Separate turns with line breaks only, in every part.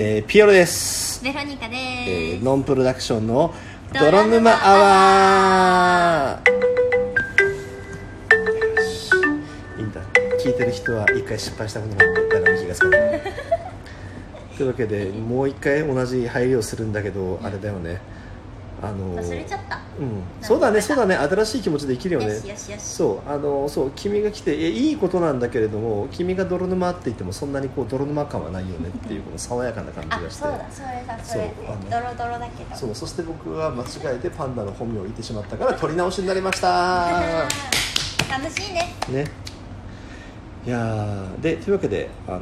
えーピエロです、
ベロニカで
えー
ーす。
ノンプロダクションの泥沼アワーいいんだ聞いてる人は一回失敗したことなんて誰も気がつかない というわけでもう一回同じ配慮をするんだけどあれだよねあのー
忘れちゃった。
うん、そうだねそうだね新しい気持ちで生きるよね
よしよしよし
そうあのそう君が来てえいいことなんだけれども君が泥沼って言ってもそんなにこう泥沼感はないよねっていうこの爽やかな感じ
あ、
がして
そうだ、それだ、そ
そ
れ
うあの。
ドロドロだけど。
そうそして僕は間違えてパンダの本名を言ってしまったから取り直しになりまし
あ
た
ー 楽しいね。
ねいやーでというわけで、あのー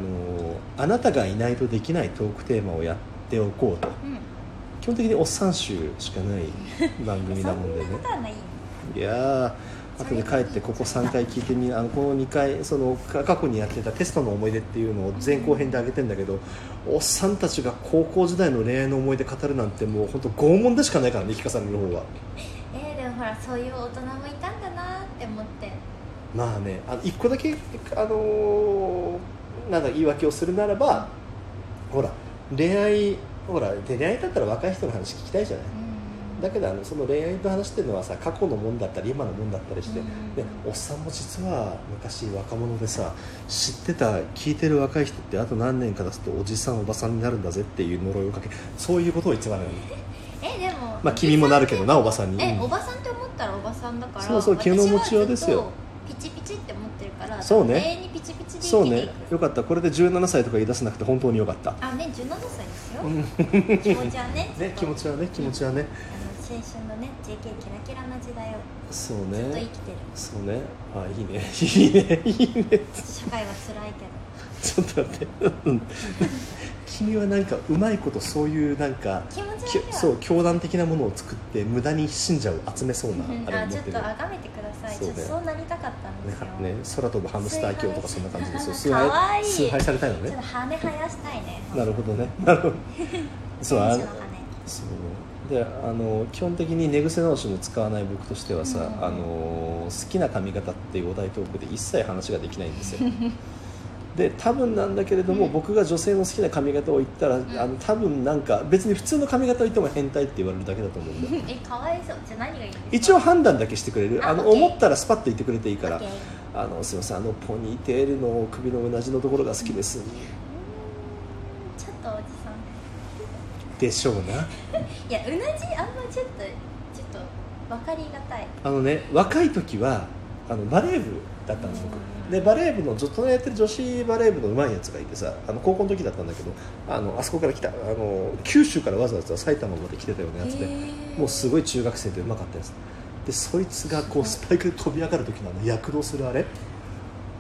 あなたがいないとできないトークテーマをやっておこうと
うん。
基本的におっさん集しかない番組な もんで
そんな
ね
ことはない。
いやー後で帰ってここ3回聞いてみあのこの2回そのか過去にやってたテストの思い出っていうのを前後編で挙げてんだけどおっさんたちが高校時代の恋愛の思い出語るなんてもう本当拷問でしかないからね聞かされる方は
えー、でもほら、そういう大人もいたんだなーって思って。
まあねあの1個だけあのーなんだ言い訳をするならばほら恋愛ほらで恋愛だったら若い人の話聞きたいじゃない
うん。
だけどあのその恋愛の話っていうのはさ過去のもんだったり今のもんだったりして、
うん
でおっさんも実は昔若者でさ知ってた聞いてる若い人ってあと何年か経つとおじさんおばさんになるんだぜっていう呪いをかけそういうことを言ってたのよ
え、でも。
まあ君もなるけどなおばさんに
え、
うん
おばさんって思ったらおばさんだから。
そうそう気の持ちようですよ
私はずっとピチピチって思ってるから。
そうね
永遠にピチピチで
そ
生
う
きてい
ね
く。
よかったこれで17歳とか言い出せなくて本当によかった
あ、ね、17歳ですよ
う。ん
気持ちはね
。ね気持ちはね気持ちはね
あの青春のね JK キラキラな時代を
そう
ずっと生
ね
きてる
そうねあいいね いいねいいね
社会は辛いけど
ちょっと待ってうん 君はなんかうまいことそういうなんか
気持ち
き
悪いわ
そう教団的なものを作って無駄に信者を集めそうな
うん、
あれ
あ
を
ち
持っ
ょって
る
と崇めてください
そうね
ちょっとそうなりたかったんですよ、
ねね空飛ぶハムスター教とかそんな感じでそう崇
かわ
拝
いい
崇拝されたいの
ちょっと
ね
羽生やしたいね
なるほどねなるほどそうあ
天使の羽
そうであの基本的に寝癖直しの使わない僕としてはさ、
うん
あの好きな髪型っていうお題トークで一切話ができないんですよで多分なんだけれども、
うん
僕が女性の好きな髪型を言ったら、
ん
あの多分なんか別に普通の髪型を言っても変態って言われるだけだと思うんだ
えかわいそうじゃあ何がいいんですか
一応判断だけしてくれる
あ
あの
OK
思ったらスパッと言ってくれていいから
OK う
あのすみませんあのポニーテールの首のうなじのところが好きです、
ーんちょっとおじさん
でしょうない
やうなじあんまちょっとちょっと分かりがたい
あのね若い時はあのバレー部だったんです僕でバレー部の女隣やってる女子バレー部の上手いやつがいてさあの高校の時だったんだけどあのあそこから来たあの九州からわざわざ埼玉まで来てたようなやつでもうすごい中学生でうまかったやつでそいつがこうスパイクで飛び上がる時のあの躍動するあれ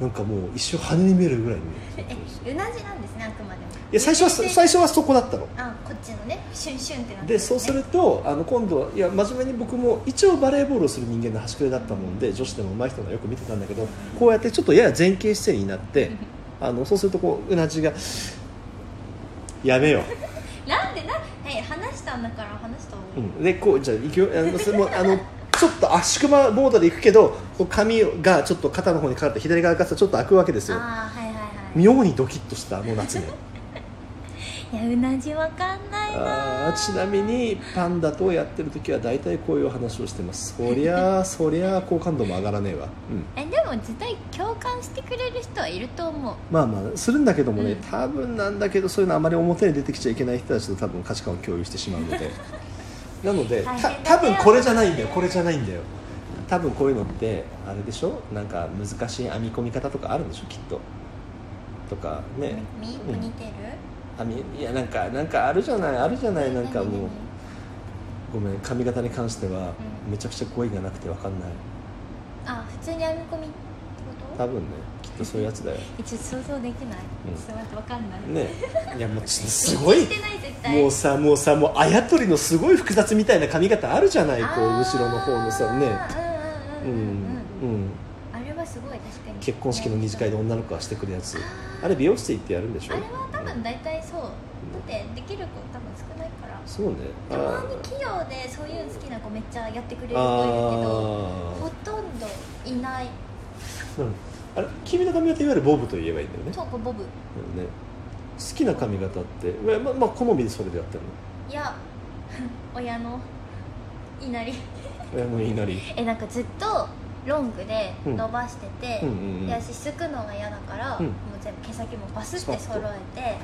なんかもう一瞬羽に見えるぐらいに
えうなじなんですねあくまでも
いや最初は
うなじって
最初はそこだったの
あこっちのねシュンシュンってなって
で
るね、
そうするとあの今度はいや真面目に僕も一応バレーボールをする人間の端くれだったもんで女子でも上手い人がよく見てたんだけどこうやってちょっとやや前傾姿勢になってあのそうするとこううなじがやめよ
なんでな、はい、話したんだから話した方が
う、
いい、
うん、でこうじゃあ行くよあのそれもあのちょっと足熊ボードで行くけどこう髪がちょっと肩の方にかかって左側からさちょっと開くわけですよ
ああはいはいはい
妙にドキッとしたあの夏ね
いやうなじわかんないな
あーちなみにパンダとやってる時は大体こういう話をしてますそりゃあ そりゃあ好感度も上がらねえわ、うん、
えでも絶対共感してくれる人はいると思う
まあまあするんだけどもね、
うん
多分なんだけどそういうのあまり表に出てきちゃいけない人たちと多分価値観を共有してしまうのでなので
大変
た
だね
多分これじゃないんだよこれじゃないんだよ多分こういうのってあれでしょなんか難しい編み込み方とかあるんでしょきっととかね
み
うん
ポニーテール、
編みいやなんかなんかあるじゃないあるじゃないなんか
何
もう
々
ごめん髪型に関しては
うん
めちゃくちゃ語彙がなくて分かんない
あ普通に編み込みってこ
多
と
分ねきっとそういうやつだ よ
えちょっと想像できな
う
い、
ん
ちょっと待ってわかんない、
ねいやもうちょっとすごい
してない絶対
もうさもうさもうあやとりのすごい複雑みたいな髪型あるじゃないこう
あー
後ろの方のさねうんう
うんうんうんうん、
ん
あれはすごい確かに
結婚式の二次会で女の子がしてくるやつあ
れ
れ美容室行ってやるんでしょ
あれは多分
うん
大体そうだってできる子多分少ないから
そうね
たまに
ー
器用でそういうの好きな子めっちゃやってくれる子いるけど
あ
ほとんどいない
ーうんあれ君の髪型いわゆるボブと言えばいいんだよね
そうこボブ
だよね好きな髪型ってまままあ好みでそれでやってる
いや 親のいなり
のえもういいなり
えなんかずっとロングで
うん
伸ばしてて、
うんうんうん
で私すくのが嫌だから、
うん
もう全部毛先もバスって
スパッ
揃
と
え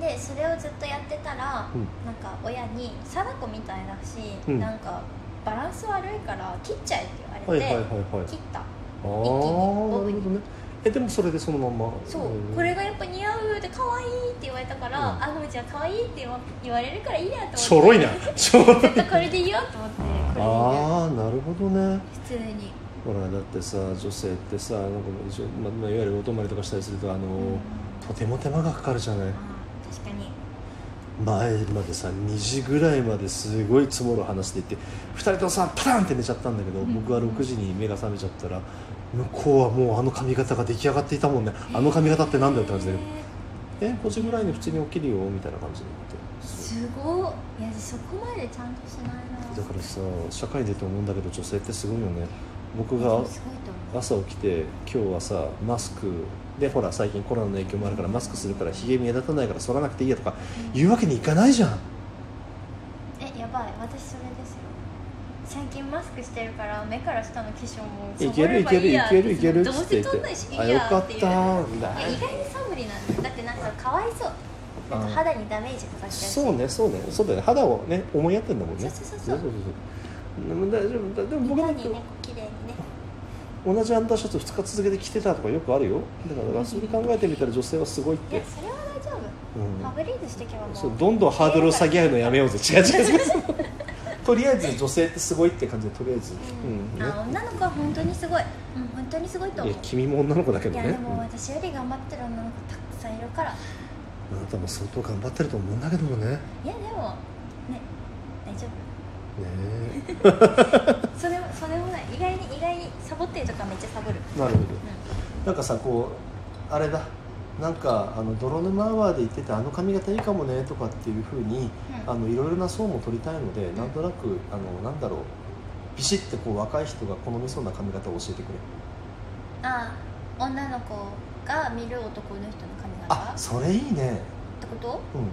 てでそれをずっとやってたら、
うん
なんか親に「貞子みたいだし、
うん
なんかバランス悪いから切っちゃえ」って言わ
はい
れ
は
て、
いはいはい
切った
ああーなるほ
一気に
どねえでもそれでそのまんま
そう、
ん
これがやっぱ似合うで可愛いって言われたから、
うん
あのうちは可愛いって言わ言われるからいいやと思って
ちょろいなちょろい
ずっとこれでいいよと思ってこれでいいや
ああなるほどね
普通に、
ほらだってさ女性ってさなんか一緒ままあいわゆるお泊まりとかしたりするとあの、
うん
とても手間がかかるじゃない
あー確かに
前までさ2時ぐらいまですごい積もる話でいて2人ともさパタンって寝ちゃったんだけど、
うん
僕は6時に目が覚めちゃったら向こうはもうあの髪型が出来上がっていたもんねあの髪型ってなんだよって感じでえ5時ぐらいに普通に起きるよみたいな感じになってそう
すごっいやそこまでちゃんとしないな
だからさ社会に出て思うんだけど女性ってすごいよね僕が
すごいと思う
朝起きて今日はさマスクでほら最近コロナの影響もあるからマスクするからひげ目立たないから剃らなくていいやとか言うわけにいかないじゃん
えやばい私それですよ最近マスクしてるから目から下の化粧も
いけるいけるいけるいけるっ
どう
つっ
せ
て言
取んないし
っ
いい
て
や
あよかっ
って
た
い
ん
う
だ
いや意外にサムリなんだよだってなんかかわいそうなんか肌にダメージかかっちゃうし
そうねそうねそうだよね肌をね思いやってんだもんね
そうそうそうそう
そうでも大丈夫だでも僕
僕
な
に
ん
ね
て
こう綺麗にね
同じアンダーシャツ2日続けて着てたとかよくあるよだからそれ考えてみたら女性はすごいっ
いや
て、
それは大丈夫
うん
ファブリーズしてけばもう
そうどんどんハードルを下げ合うのやめようぜ違う違う 違うとりあえず女性ってすごいって感じでとりあえず、うんね
あ女の子は本当にすごい、うん、本当にすごいと
い
思う
や君も女の子だけ
い
ど
や
ね
でも
うんあ
私より頑張ってる女の子たくさんいるから
なたも相当頑張ってると思うんだけどもねね
いやでもね大丈
え
夫それもそれもない意外に意外にサボってるとかめっちゃサボる、
なるほど
う
なんかさこうあれだなんかあの泥沼アワーで言ってたあの髪型いいかもねとかっていうふうに
うん
あのいろいろな層も取りたいのでなんとなくあのなんだろうビシッてこう若い人が好みそうな髪型を教えてくれ
ん、ああ女の子が見る男の人の髪型
あそれいいね
ってこと、
うん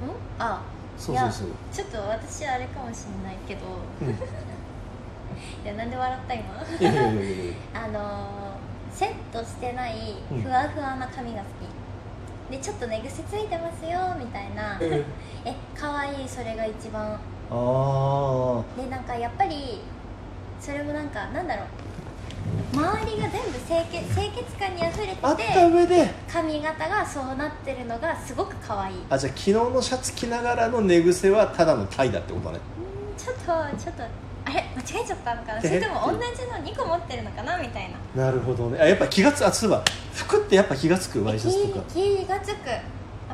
あ
そうそうそう
ちょっと私あれかもしれないけど
うん
いやなんで笑った今
いやいやいやいやいや
あのーセットしてない
うん
ふわふわな髪が好き、でちょっと寝癖ついてますよみたいな、
え
え可愛いそれが一番
ああ
でなんかやっぱりそれもなんかなんだろう周りが全部清潔清潔感にあふれて
あった
て
上で
髪型がそうなってるのがすごく可愛いうん
あじゃあ昨日のシャツ着ながらの寝癖はただのタイだってことね
ちょっとちょっとあれ間違えちゃったのかなそれでも同じの2個持ってるのかなみたいな
なるほどねあやっぱ気がつあそういえば服ってやっぱ気がつくワイシャツとか
気気がつくやっ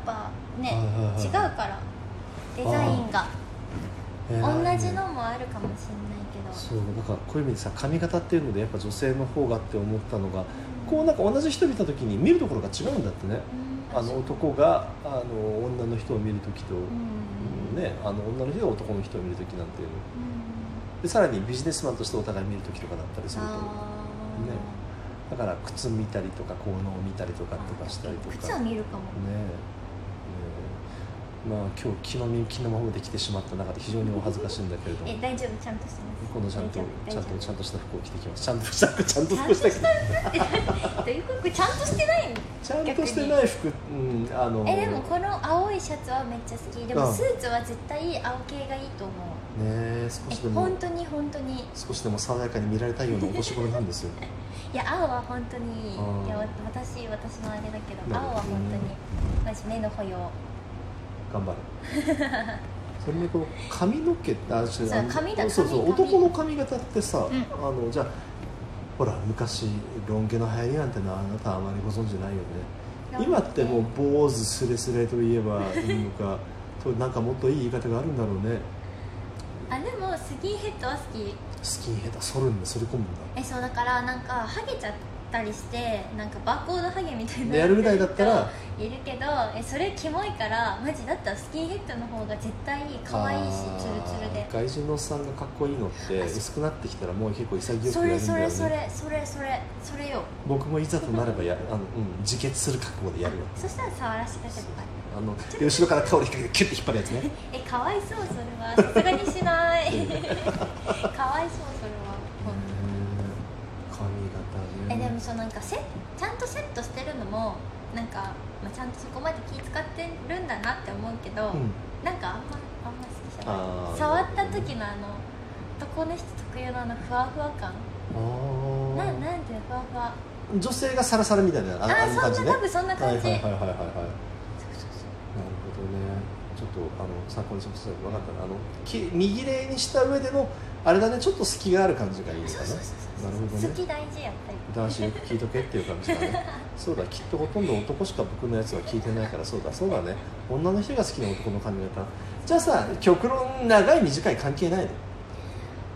ぱね
はいはいはい
違うからデザインが
え
同
ー
じのもあるかもしれないけど
そうなんかこういう意味でさ髪型っていうのでやっぱ女性の方がって思ったのがこうなんか同じ人見た時に見るところが違うんだってね
うん
あの男があの女の人を見る時と、
うん
ね、あの女の人が男の人を見る時なんていうの
うん
でさらにビジネスマンとしてお互い見る時とかだったりすると
あー
ねだから靴見たりとか効能を見たりとかとかしたりとか
靴は
ね
見るかも、
えねえまあ今日気の身気のままで来てしまった中で非常にお恥ずかしいんだけれども
え大丈夫ちゃんとしてます
今度ちゃんと
大
ち
丈
ゃ
夫
んと
大
ち
丈
ゃんとした服を着てきますちゃんとした服ちゃんと
夫
服した着て
夫どういうことこれちゃんとしてないの
ちゃんとしてない服、うん、あの
えでもこの青いシャツはめっちゃ好きで
う
も
ん
スーツは絶対青系がいいと思う
ねえ少しで
え
も
本当に本当に
少しでも爽やかに見られたいようなお年頃なん ですよ
いや青は本当にいい
うん
いやわ私私のあれだけど
なる
青
ほど
は本当に
ね
マジ目の保養
頑張れそれにこの髪の毛あ違
そう髪だ
そうそう
髪
男の髪型ってさ、
うん
あのじゃあほら昔ロン毛の流行りなんてのはあなたはあまりご存知ないよね今ってもう坊主スレスレといえばいいの かとなんかもっといい言い方があるんだろうね
あでもスキンヘッドは好き
スキンヘッド剃るんだ剃り込むんだ
えそうだからなんかハゲちゃったりしてなんかバーコードハゲみたいな
でやるぐらいだったら
いるけどえそれキモいからマジだったらスキンヘッドの方が絶対可愛いし
あー
ツルツルで
外人のおっさんがかっこいいのって
あそう
薄くなってきたらもう結構潔くや
そ
るんだよ
れ
ね
それそれそれそれそれよ
僕もいざとなればやあの、うん、自決する覚悟でやるよ
そしたら触らせてください
あの後ろからタオル引っ掛けてキュッて引っ張るや つね
えかわいそうそれはさすがにしない かわいそうそれは
髪
本
型
当にえ
ね
でもそうなんかセちゃんとセットしてるのもなんか、まあ、ちゃんとそこまで気使ってるんだなって思うけ
う
ど、
ん
なんかあんまあんま好きじゃ
あ
な
ー
い触った時のあの男の人特有のあのふわふわ感
あ
な
ー
なんていうのふわふわ
女性がサラサラみたいなあ
あ
あ
あ
あいう感じ
そん
ね
な多分そん
は
な
い
感
はい
じ、
はいはいはいはいなる
そうそうそ
ほ
う
どねちょっとあの参考にしてください分かったあのき右礼にした上でのあれだねちょっと隙がある感じがいいです
そ
か
う
ね
そうそう
なるほ
そ
ど
う好
ね
き大事やっぱり
男子よく聞いとけっていう感じだねそうだきっとほとんど男しか僕のやつは聞いてないからそうだそうだね女の人が好きな男の髪型じゃあさ極論長い短い関係ないの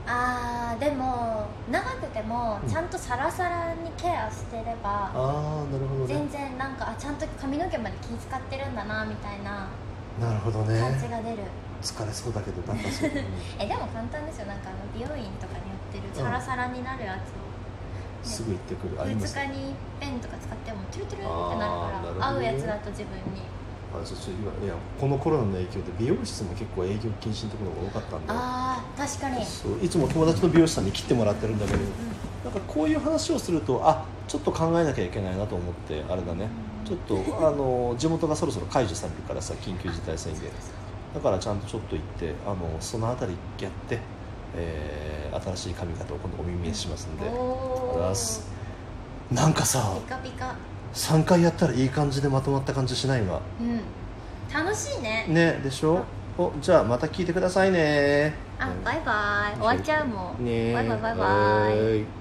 あーでも長くても
うん
ちゃんとサラサラにケアしてれば、
ああなるほどね
全然なんかあちゃんと髪の毛まで気使ってるんだなみたいな
なるほど
感じ
ね
が出る、
疲れそうだけどなんか そう、うん
えでも簡単ですよなんかあの美容院とかに売ってるサラサラになるやつを
すぐ行ってくるあり
2
ます
日にペンとか使ってもトゥルトゥルってな
あーな
る
るほ
か
どね
ら合うやつだと自分に
あそうそういやこのコロナの影響で美容室も結構営業禁止のところが多かったんで
ああ確かに、うん、
そういつも友達の美容師さんに切ってもらってるんだけどなんかこういう話をするとあちょっと考えなきゃいけないなと思ってあれだねちょっとあの地元がそろそろ解除されるからさ緊急事態宣言だからちゃんとちょっと行ってあのそのあたりやって、えー新しい髪型を今度お耳にしますんで
お
あ
お
ざすなんかさ
ピカピカ
3回やったらいい感じでまとまった感じしないわ
うん楽しいね
ねでしょおじゃあまた聞いてくださいね
あバイバイ終わっちゃうもん
ね
バイバイバイバイ
はーい